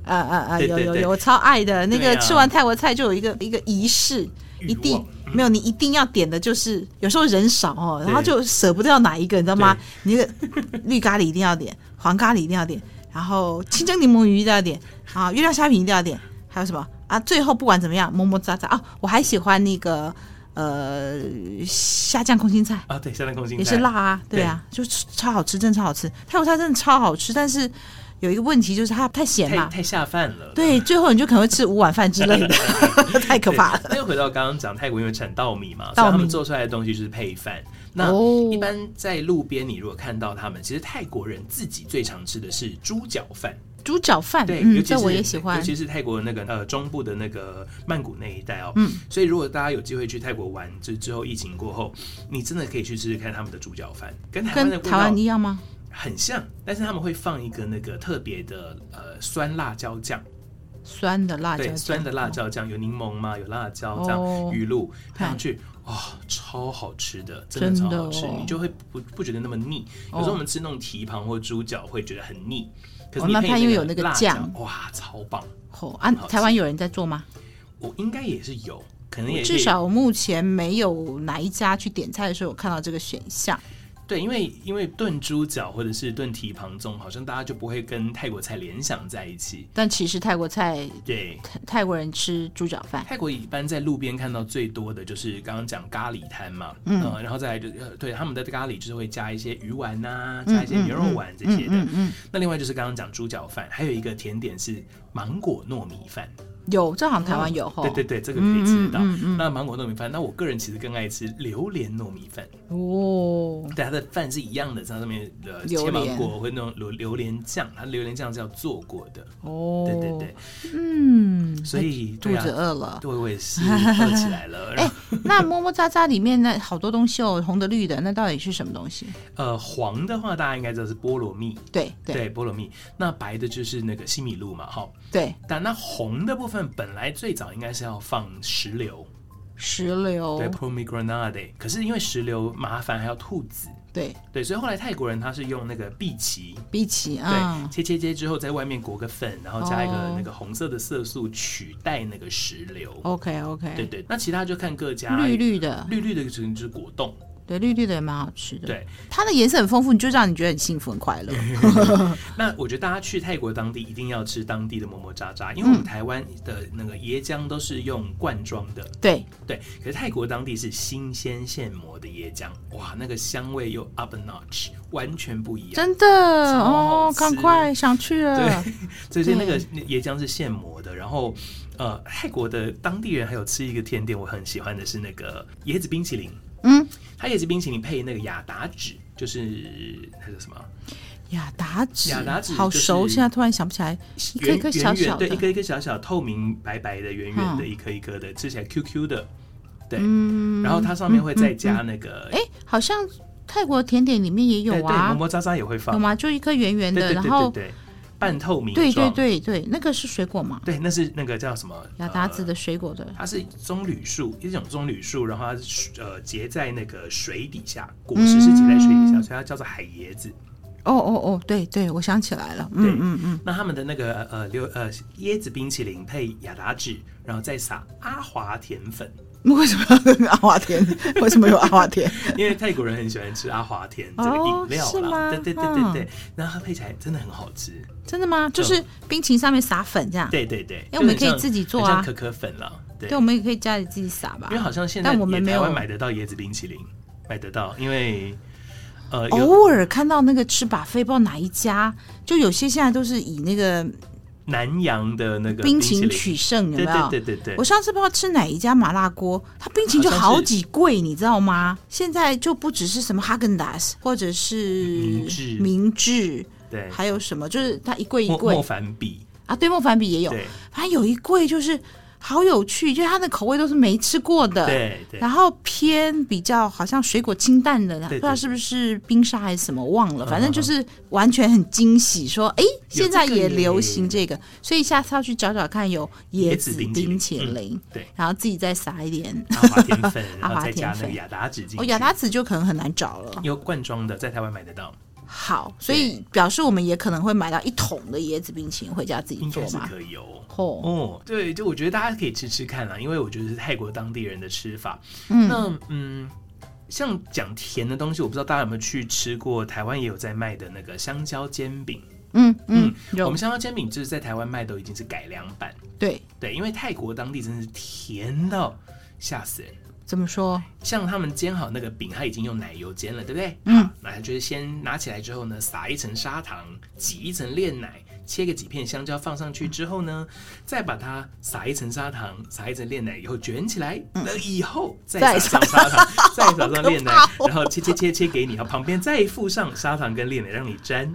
S1: 啊啊啊，
S2: 对
S1: 有
S2: 对
S1: 有
S2: 对
S1: 有，我超爱的那
S2: 对
S1: 个
S2: 啊
S1: 吃完泰国菜就有一个一个仪式，
S2: 欲
S1: 一定
S2: 望嗯
S1: 没有你一定要点的就是有时候人少哦，
S2: 对
S1: 然后就舍不得要哪一个，你知道吗？你那个 (laughs) 绿咖喱一定要点，黄咖喱一定要点，然后清蒸柠檬鱼一定要点，啊，月亮虾饼一定要点，还有什么啊？最后不管怎么样，么么喳喳啊，我还喜欢那个呃虾酱空心菜。
S2: 啊，对，下蛋空心
S1: 也
S2: 菜
S1: 是辣啊，对啊，就超好吃，真的超好吃。泰国菜真的超好吃，但是有一个问题就是它太咸
S2: 太
S1: 了，
S2: 太下饭了。
S1: 对，最后你就可能会吃五碗饭之类
S2: (laughs)
S1: 的，太可
S2: 对，
S1: 怕了。
S2: 那又回到刚刚讲泰国因为产稻米嘛，
S1: 稻
S2: 所
S1: 米
S2: 以他们做出来的东西就是配饭。那
S1: 哦
S2: 一般在路边，你如果看到他们，其实泰国人自己最常吃的是猪脚饭。
S1: 猪脚饭，
S2: 对，尤
S1: 嗯，
S2: 其
S1: 这
S2: 是
S1: 我也喜欢
S2: 尤。其是泰国那个呃中部的那个曼谷那一带哦。嗯，所以如果大家有机会去泰国玩，就之后疫情过后，你真的可以去试试看他们的猪脚饭，跟台湾的
S1: 跟
S2: 味
S1: 台湾一
S2: 道
S1: 样吗？
S2: 很像，但是他们会放一个那个特别的呃酸辣椒酱，
S1: 酸的辣椒
S2: 对，
S1: 酱，
S2: 酸的辣椒酱，有柠檬嘛，有辣椒这样
S1: 哦
S2: 鱼露配上
S1: 嗨
S2: 去。哦，超好吃的，真的
S1: 真
S2: 超
S1: 的
S2: 好吃，
S1: 哦
S2: 你就会不不觉得那么腻。有时
S1: 哦
S2: 候我们吃那种蹄膀或猪脚会觉得很腻，
S1: 哦
S2: 可是你
S1: 那
S2: 配
S1: 它因为有那
S2: 那
S1: 个
S2: 辣椒
S1: 酱，
S2: 哇，超棒！
S1: 哦。啊，
S2: 好吃
S1: 台湾有人在做吗？
S2: 我应该也是有，可能也
S1: 至
S2: 可以
S1: 少目前没有哪一家去点菜的时候有看到这个选项。
S2: 对，因为因为炖猪脚或者是炖蹄膀粽，好像大家就不会跟泰国菜联想在一起。
S1: 但其实泰国菜，
S2: 对，
S1: 泰泰国人吃猪脚饭，
S2: 泰国一般在路边看到最多的就是刚刚讲咖喱摊嘛，嗯、然后再来就呃对他们的咖喱就是会加一些鱼丸呐、
S1: 嗯
S2: 加一些牛肉丸这些的。那另外就是刚刚讲猪脚饭，还有一个甜点是芒果糯米饭。
S1: 有，这好像台湾有吼。
S2: 哦对对对，这个可以吃得
S1: 嗯
S2: 到。那芒果糯米饭，那我个人其实更爱吃榴莲糯米饭。
S1: 哦，
S2: 对，它的饭是一样的，它上面呃
S1: 榴
S2: 切芒
S1: 莲
S2: 果或那种榴榴莲酱，它榴莲酱是要做过的。
S1: 哦，
S2: 对对对，
S1: 嗯，
S2: 所以
S1: 肚
S2: 对啊
S1: 子，饿了。
S2: 对我也是饿起来
S1: (laughs)
S2: 了。
S1: 哎
S2: 然
S1: 那
S2: 后
S1: 么么喳喳里面那好多东西哦，红的绿的，那到底是什么东西？
S2: 呃，黄的话大家应该知道是菠萝蜜，
S1: 对对
S2: 对菠萝蜜。那白的就是那个西米露嘛，哈。
S1: 对，
S2: 但那红的部分本来最早应该是要放石榴，
S1: 石榴
S2: 对 pomegranate，可是因为石榴麻烦还要吐籽，
S1: 对
S2: 对，所以后来泰国人他是用那个碧琪
S1: 比起啊
S2: 对，，切切切之后，在外面裹个粉，然后加一
S1: 哦
S2: 个那个红色的色素取代那个石榴。
S1: OK
S2: 对
S1: 哦 OK，
S2: 对，那其他就看各家
S1: 绿绿的，
S2: 绿绿的就是就是果冻，
S1: 对绿绿的也蛮好吃的。
S2: 对。
S1: 它的颜色很丰富，你就让你觉得很幸福、很快
S2: (laughs)
S1: 乐。
S2: 那我觉得大家去泰国当地一定要吃当地的么么喳喳，
S1: 嗯
S2: 因为我们台湾的那个椰浆都是用罐装的，
S1: 对，
S2: 对，可是泰国当地是新鲜现磨的椰浆，哇，那个香味又 up a notch，完全不一样。
S1: 真的
S2: 超好
S1: 哦，
S2: 吃
S1: 赶快想去了。
S2: 所以是那个椰浆是现磨的，然后呃，泰国的当地人还有吃一个甜点，我很喜欢的是那个椰子冰淇淋。
S1: 嗯，
S2: 它椰子冰淇淋配那个雅达纸，就是那叫什么？
S1: 雅达子，
S2: 雅达子
S1: 好
S2: 就是
S1: 熟，现在突然想不起来，一颗
S2: 圆
S1: 一颗
S2: 圆
S1: 小
S2: 圆
S1: 小
S2: 对，一
S1: 的，
S2: 颗一颗小小透明白白的圆圆的，
S1: 嗯
S2: 一颗一颗的，吃起来 Q Q 的。对，然后它上面会再加那个，
S1: 哎，好像泰国甜点里面也
S2: 对
S1: 有
S2: 对，么
S1: 啊，
S2: 么喳喳也会
S1: 有
S2: 放，
S1: 吗？就一颗圆圆
S2: 对
S1: 的，
S2: 对对
S1: 然
S2: 对
S1: 后
S2: 对，半透明
S1: 对对
S2: 状，
S1: 对对，那个是水果嘛？
S2: 对，那是那个叫什么？
S1: 雅达
S2: 呃
S1: 子的水果的，
S2: 它是棕榈树，一种棕榈树，然后它是呃结在那个水底下，果实是结在水
S1: 嗯
S2: 底下，所以它叫做海椰子。
S1: 哦哦哦，对对，我想起来了，
S2: 呃对，
S1: 嗯嗯 (laughs) 嗯，
S2: 那他们的那个呃榴呃椰子冰淇淋配雅达纸，然后再撒阿华甜粉，
S1: 那为什么要跟阿华田？ (laughs) 为什么有阿华田？
S2: (laughs) 因为泰国人很喜欢吃阿华田这
S1: 哦
S2: 个饮料
S1: 是
S2: 啦，
S1: 吗嗯
S2: 对对对对对，然后它配起来真的很好吃，
S1: 真的吗？就是冰淇淋上面撒粉这样。
S2: 嗯对对对，
S1: 哎我们
S2: 就很像
S1: 可以自己做啊
S2: 很像可可粉啦，对
S1: 对，，我们也可以家里自己撒吧
S2: 因为。好像现在
S1: 但我们
S2: 也
S1: 没有
S2: 台湾买得到椰子冰淇淋，买得到，因为呃有
S1: 偶尔看到那个吃把费，不知道哪一家，就有些现在都是以那个
S2: 南洋的那个
S1: 冰
S2: 淇
S1: 淇
S2: 淋
S1: 取胜，有没
S2: 对
S1: 有？
S2: 对对对对，
S1: 我上次不知道吃哪一家麻辣锅，它冰淇淋就好几贵，你知道吗？现在就不只是什么哈根达斯，或者是
S2: 明治
S1: 明治
S2: 对
S1: 还有什么，就是它一柜一
S2: 莫
S1: 柜
S2: 莫凡比，
S1: 啊，对，莫凡比也有，
S2: 对
S1: 反正有一柜就是好有趣，就是它的口味都是没吃过的，
S2: 对对
S1: 然后偏比较好像水果清淡的，不
S2: 对嗯
S1: 知道是不是冰沙还是什么，忘了，反正就是完全很惊喜，说哎，现在也流行这个，所以下次要去找找看有椰子冰淇
S2: 椰子冰淇
S1: 淋，
S2: 嗯对，
S1: 然后自己再撒一点，
S2: 阿华田粉
S1: (laughs) ，阿华
S2: 然后再加
S1: 田
S2: 那
S1: 粉
S2: 个雅达纸进
S1: 哦，
S2: 去，
S1: 雅达子就可能很难找了。
S2: 有罐装的，在台湾买得到，
S1: 好，所以表示我们也可能会买到一桶的椰子冰淇淋回家自己
S2: 应
S1: 做
S2: 该是
S1: 嘛。
S2: 可以哦。
S1: 哦，
S2: 哦，对，就我觉得大家可以吃吃看啦，因为我觉得是泰国当地人的吃法。
S1: 嗯，
S2: 那嗯，像讲甜的东西，我不知道大家有没有去吃过，台湾也有在卖的那个香蕉煎饼。
S1: 嗯嗯，
S2: 我
S1: 有
S2: 们香蕉煎饼就是在台湾卖都已经是改良版，
S1: 对，
S2: 对，因为泰国当地真的是甜到吓死人。
S1: 怎么说？
S2: 像他们煎好那个饼，它已经用奶油煎了，对不对？
S1: 嗯
S2: 好，那它就是先拿起来之后呢，撒一层砂糖，挤一层炼奶，切个几片香蕉放上去之后呢，再把它撒一层砂糖，撒一层炼奶以后卷起来，那以后再
S1: 嗯再
S2: 撒上砂
S1: (laughs)
S2: 糖，再撒上炼奶
S1: 好可怕，哦
S2: 然后切切切切给你，然后旁边再附上砂糖跟炼奶让你沾，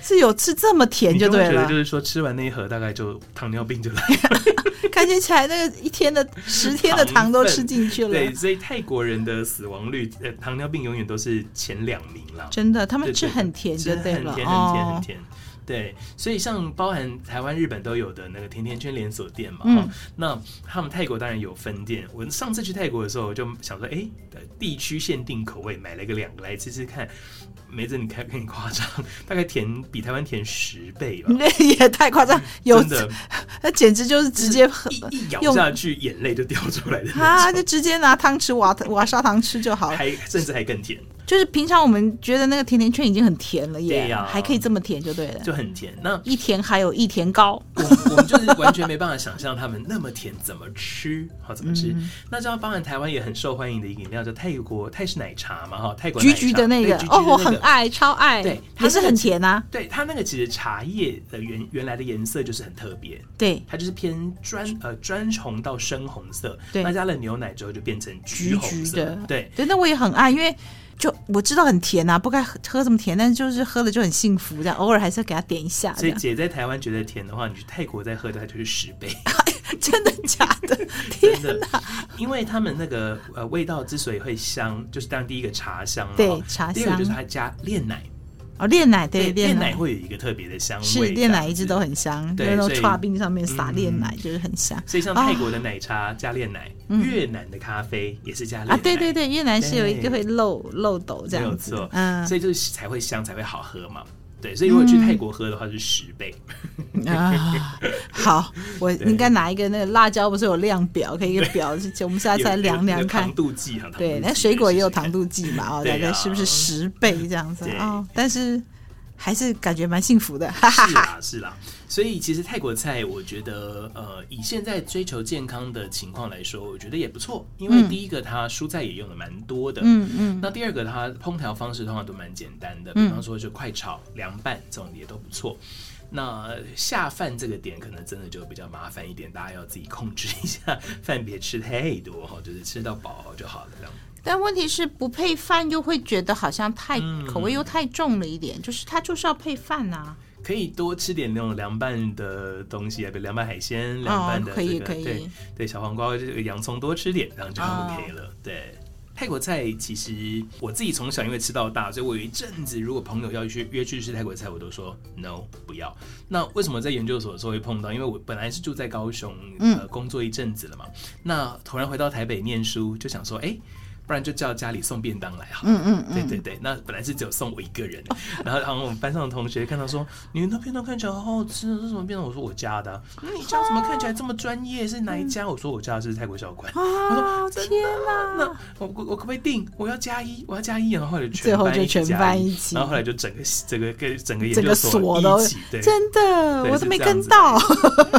S1: 是有吃这么甜
S2: 你
S1: 哎就
S2: 就会
S1: 对
S2: 觉得
S1: 了
S2: 就，是说吃完那一盒大概就糖尿病就来了。
S1: 看起来那个一天的十天的糖都吃进去了。
S2: 对，所以泰国人的死亡率，呃，糖尿病永远都是前两名啦。
S1: 真的，他
S2: 对
S1: 们
S2: 对
S1: 吃
S2: 对
S1: 很甜就对
S2: 很
S1: 了
S2: 甜很甜很
S1: 哦。
S2: 甜。对，所以像包含台湾、日本都有的那个甜甜圈连锁店嘛，
S1: 嗯
S2: 哈那他们泰国当然有分店。我上次去泰国的时候，我就想说，哎、呃地区限定口味买了个两个来吃吃看。梅子，你看很夸张，大概甜比台湾甜十倍吧嗯
S1: 你，那 (laughs) 也太夸张，嗯有
S2: 真的，
S1: 那简直就是直接喝
S2: 一一咬
S1: 用
S2: 下去眼泪就掉出来的
S1: (laughs)
S2: 那
S1: 啊，
S2: 种，
S1: 就直接拿汤匙挖挖砂糖吃就好了。
S2: 还甚至还更甜。
S1: 就是平常我们觉得那个甜甜圈已经很甜了
S2: 对
S1: 耶
S2: 呀，
S1: 还可以这么甜就对了。
S2: 就很甜。那
S1: 一甜还有一甜糕，
S2: 我 (laughs) 们我们就是完全没办法想象他们那么甜怎么吃，好怎么吃。
S1: 嗯
S2: 那这样包含台湾也很受欢迎的一个饮料叫泰国泰式奶茶嘛，哈，泰国奶
S1: 橘
S2: 茶
S1: 橘的那
S2: 对
S1: 个
S2: 橘橘的
S1: 哦，我
S2: 那
S1: 很
S2: 个
S1: 爱，超爱，
S2: 对它
S1: 也是
S2: 那个
S1: 很甜啊。
S2: 对它那个其实茶叶的原原来的颜色就是很特别，
S1: 对，
S2: 它就是偏砖呃砖红到深红色，
S1: 对
S2: 那加了牛奶之后就变成橘
S1: 橘
S2: 红
S1: 橘
S2: 色，
S1: 的，
S2: 对。
S1: 对，那我也很爱，因为就我知道很甜啊，不该喝喝这么甜，但是就是喝了就很幸福，这样偶尔还是要给它点一下，
S2: 所
S1: 这
S2: 以
S1: 样
S2: 姐在台湾觉得甜的话，你去泰国再喝的话就是十倍，
S1: (laughs) 真的假的？
S2: (laughs) 真的，因为他们那个呃味道之所以会香，就是当然第一个茶香嘛，
S1: 对
S2: 哈
S1: 茶
S2: 第二个就是
S1: 香
S2: 它加炼奶，
S1: 哦，炼奶对
S2: 炼
S1: 奶
S2: 会有一个特别的香味，
S1: 是炼奶一直都
S2: 很。
S1: 很香，就
S2: 对
S1: 是那
S2: 所
S1: 种
S2: 以
S1: 刨冰上面撒炼
S2: 嗯
S1: 奶就是很香
S2: 所以像泰国的奶茶加炼奶，越南的咖啡也是加炼
S1: 嗯
S2: 奶，
S1: 啊。对对，对，越南是有一
S2: 对
S1: 个会漏漏斗这
S2: 没有
S1: 样子
S2: 错
S1: 的，，嗯
S2: 所以就是才会香，才会好喝嘛。对，所以如果去泰国喝的话是十倍， (laughs)
S1: 啊，好，我
S2: 对
S1: 应该拿一个那个辣椒，不是有量表，可以一个表，就我们下次来
S2: 有
S1: 量量
S2: 有
S1: 看
S2: 糖。度计啊，糖度
S1: 对，
S2: 计
S1: 那水果也有糖
S2: 试试
S1: 度计嘛，哦，
S2: (laughs) 对
S1: 大
S2: 啊
S1: 概是不是十倍这样子
S2: 对
S1: 哦？但是还是感觉蛮幸福的，哈哈
S2: 看。(laughs) 是
S1: 哈。
S2: 啦，是啦，所以其实泰国菜，我觉得呃，以现在追求健康的情况来说，我觉得也不错。因为
S1: 嗯
S2: 第一个，它蔬菜也用的蛮多的，
S1: 嗯嗯，
S2: 那第二个，它烹调方式通常都蛮简单的，比
S1: 嗯
S2: 方说就快炒、凉拌这种也都不错。那下饭这个点可能真的就比较麻烦一点，大家要自己控制一下， (laughs) 饭别吃太多哈，就是吃到饱就好了这样。
S1: (laughs) 但问题是不配饭又会觉得好像太
S2: 嗯
S1: 口味又太重了一点，就是它就是要配饭啊呐。
S2: 可以多吃点那种凉拌的东西啊，比如凉拌海鲜、凉拌的
S1: 可以
S2: 这个，
S1: 哦可以
S2: 对对，小黄瓜、这个洋葱多吃点，这样就
S1: 哦
S2: OK 了。对，泰国菜其实我自己从小因为吃到大，所以我有一阵子如果朋友要去约去吃泰国菜，我都说 no 不要。那为什么在研究所的时候会碰到？因为我本来是住在
S1: 嗯
S2: 高雄，呃，工作一阵子了嘛，那突然回到台北念书，就想说，哎、不然就叫家里送便当来好了。
S1: 嗯嗯
S2: 对
S1: 嗯，
S2: 对对，那本来是只有送我一个人， (laughs) 然后然后我们班上的同学看到说，你们的便当看起来好好吃，这是什么便当？我说我家的啊、嗯你家怎么看起来这么专业？是哪一家？我说我家的是泰
S1: (laughs)
S2: 国小馆。
S1: 啊，
S2: 真的
S1: 天哪！
S2: 那我我我可不可以订？我要加一，我要加一，然后后来就
S1: 最后就
S2: 一起
S1: 全
S2: 加
S1: 班
S2: 一
S1: 一起
S2: 然后后来就整个整个跟整个研
S1: 整个
S2: 究
S1: 所
S2: 一
S1: 都
S2: 起，
S1: (laughs)
S2: 对，(laughs)
S1: 真的，
S2: 对
S1: 我
S2: 是
S1: 都没
S2: 这样
S1: 跟
S2: 子啊
S1: 到。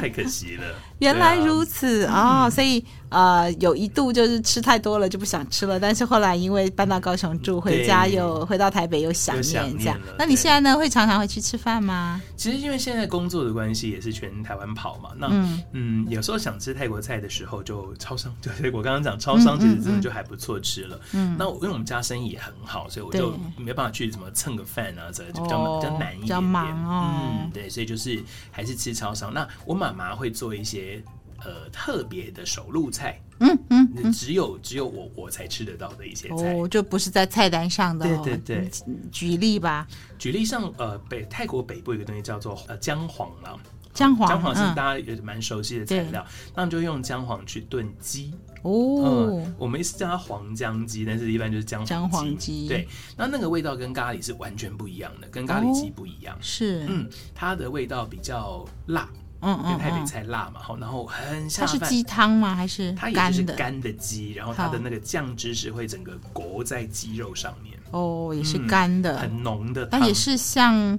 S2: 太可惜了。
S1: (laughs) 原
S2: 对
S1: 来
S2: 啊
S1: 如此啊、哦所以呃，有一度就是吃太多了就不想吃了，但是后来因为搬到高雄住，回家
S2: 对
S1: 又回到台北又想
S2: 又想
S1: 念这
S2: 念
S1: 样
S2: 了。
S1: 那你
S2: 对
S1: 现在呢，会常常回去吃饭吗？
S2: 其实因为现在工作的关系，也是全台湾跑嘛。那
S1: 嗯
S2: 嗯有时候想吃泰国菜的时候，就超商。对，我刚刚讲超商，其实真的就还不错吃了。
S1: 嗯
S2: 那我因为我们家生意也很好，所以我就没办法去怎么蹭个饭啊，这就比较、
S1: 哦
S2: 比较难一点点。
S1: 比较忙哦
S2: 嗯，对，所以就是还是吃超商。那我妈妈会做一些呃特别的手路菜，
S1: 嗯嗯嗯。
S2: 只有只有我我才吃得到的一些菜。
S1: 哦，就不是在菜单上的、哦。
S2: 对对对
S1: 嗯举例吧，
S2: 举例上，呃，北泰国北部有一个东西叫做呃姜黄啦，
S1: 姜黄，
S2: 姜黄是
S1: 嗯
S2: 大家也蛮熟悉的材料，那我们就用姜黄去炖鸡。
S1: 哦，
S2: 嗯，我们是叫它黄姜鸡，但是一般就是姜
S1: 姜黄
S2: 黄
S1: 鸡
S2: 对，那那个味道跟咖喱是完全不一样的，跟咖
S1: 哦
S2: 喱鸡不一样。
S1: 是，嗯
S2: 嗯，它的味道比较辣，
S1: 嗯
S2: 因为
S1: 嗯，
S2: 台北菜辣嘛，然后很下
S1: 它是
S2: 饭。
S1: 鸡汤吗？还是
S2: 它
S1: 干
S2: 也就是
S1: 的？
S2: 干的鸡，然后它
S1: 好
S2: 的那个酱汁是会整个裹在鸡肉上面，
S1: 哦，也是
S2: 嗯
S1: 干的，
S2: 很浓的汤。
S1: 但也是像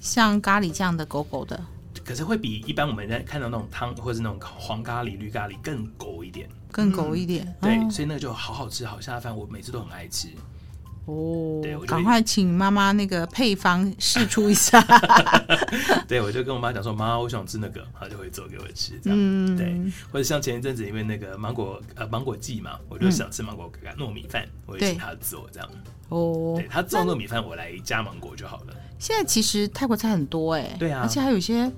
S1: 像咖喱酱的狗狗的。
S2: 可是会比一般我们在看到那种汤或是那种黄咖喱、绿咖喱更勾一点。
S1: 更狗一点，
S2: 嗯对，所以那个就好好吃，好下饭，我每次都很爱吃。
S1: 哦
S2: 对我，就
S1: 赶快请妈妈那个配方试出一下，
S2: (laughs) 对，我就跟我妈讲说，妈，我想吃那个，她就会做给我吃，这样。对，或者像前一阵子因为那个芒果呃芒果季嘛，我就想吃芒果干糯米饭，我就
S1: 对
S2: 请她做这样。
S1: 哦
S2: 对，她做糯米饭，我来加芒果就好了。
S1: 现在其实泰国菜很多哎、
S2: 对啊
S1: 而且还有一些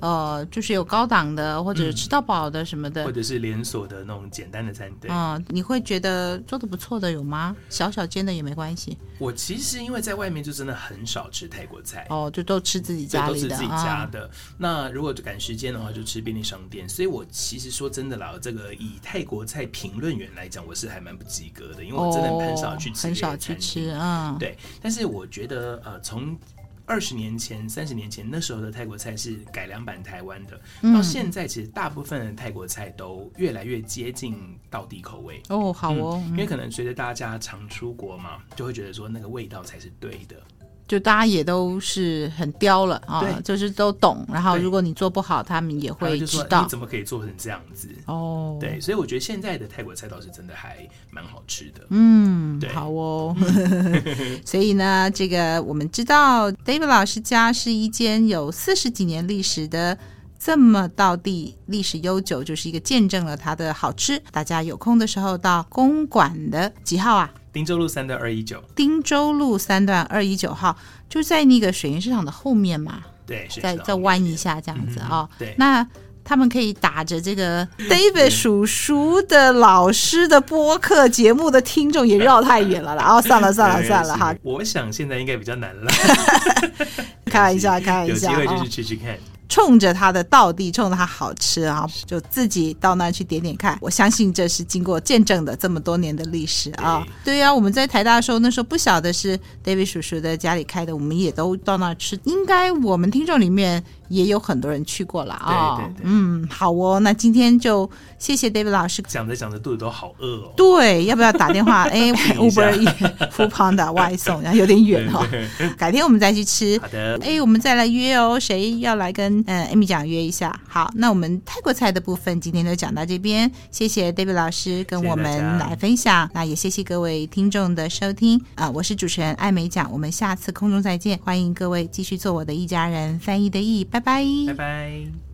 S1: 呃，就是有高档的或者吃到饱的什么的
S2: 或，者是连锁的那种简单的餐，嗯对，
S1: 嗯、你会觉得做的不错的有吗？小小间的也没关系
S2: 我其实因为在外面就真的很少吃泰国菜。
S1: 哦，就都吃自己
S2: 这
S1: 家
S2: 都
S1: 里
S2: 是
S1: 的
S2: 自己家
S1: 啊，
S2: 的。那如果赶时间的话，就吃便利商店。所以我其实说真的啦，这个以泰国菜评论员来讲，我是还蛮不及格的，因为我真的很少去
S1: 哦
S2: 吃、
S1: 很少去吃，。嗯，
S2: 对，但是我觉得呃，从二十年前、三十年前那时候的泰国菜是改良版台湾的，
S1: 嗯
S2: 到现在其实大部分的泰国菜都越来越接近道地口味。
S1: 哦，好哦，嗯
S2: 因为可能随着大家常出国嘛，就会觉得说那个味道才是对的。
S1: 就大家也都是很刁了啊，
S2: 对
S1: 就是都懂，然后
S2: 对
S1: 如果你做不好，他们也
S2: 然后
S1: 会
S2: 就
S1: 知
S2: 说
S1: 道
S2: 你怎么可以做成这样子？
S1: 哦，
S2: 对，所以我觉得现在的泰国菜倒是真的还蛮好吃的。
S1: 嗯
S2: 对，
S1: 好哦。
S2: (laughs)
S1: 所以呢，这个我们知道，David 老师家是一间有四十几年历史的。这么道地历史悠久，就是一个见证了它的好吃。大家有空的时候到公馆的几号啊？
S2: 汀州路三段二一九，
S1: 汀州路三段二一九号，就在那个水源市场的后面嘛，
S2: 对，是
S1: 再
S2: 知道
S1: 再弯一下这样子啊、哦。
S2: 嗯对，嗯
S1: 那他们可以打着这
S2: (laughs)
S1: 个 David 叔叔的老师的播客节目的听众也绕太远了啦。哦，算了算
S2: (laughs)
S1: 了
S2: 对
S1: 算了
S2: 是
S1: 哈，
S2: 我想现在应该比较难了，
S1: 开玩笑开
S2: 有
S1: 玩
S2: 机
S1: 笑
S2: 会就
S1: 哦
S2: 是。去去看。
S1: 冲着他的道地，冲着他好吃啊，就自己到那去点点看。我相信这是经过见证的这么多年的历史啊。对呀、我们在台大的时候，那时候不晓得是 David 叔叔的家里开的，我们也都到那吃。应该我们听众里面也有很多人去过了啊。
S2: 对对对
S1: 嗯，好哦，那今天就谢谢 David 老师
S2: 讲着讲着肚子都好饿哦。
S1: 对，要不要打电
S2: (laughs)
S1: 话？哎
S2: 一下
S1: ，Uber Eats、f o o Panda 外送，然后有点远哦。改天我们再去吃
S2: 好。的，
S1: 哎，我们再来约哦，谁要来跟嗯 Amy 讲约一下？好，那我们泰国菜的部分今天就讲到这边，谢谢 David 老师跟
S2: 谢谢
S1: 我
S2: 大
S1: 们
S2: 家
S1: 来分享，那也谢谢各位听众的收听啊、我是主持人艾美奖，我们下次空中再见，欢迎各位继续做我的一家人，翻译的译，拜拜
S2: 拜拜。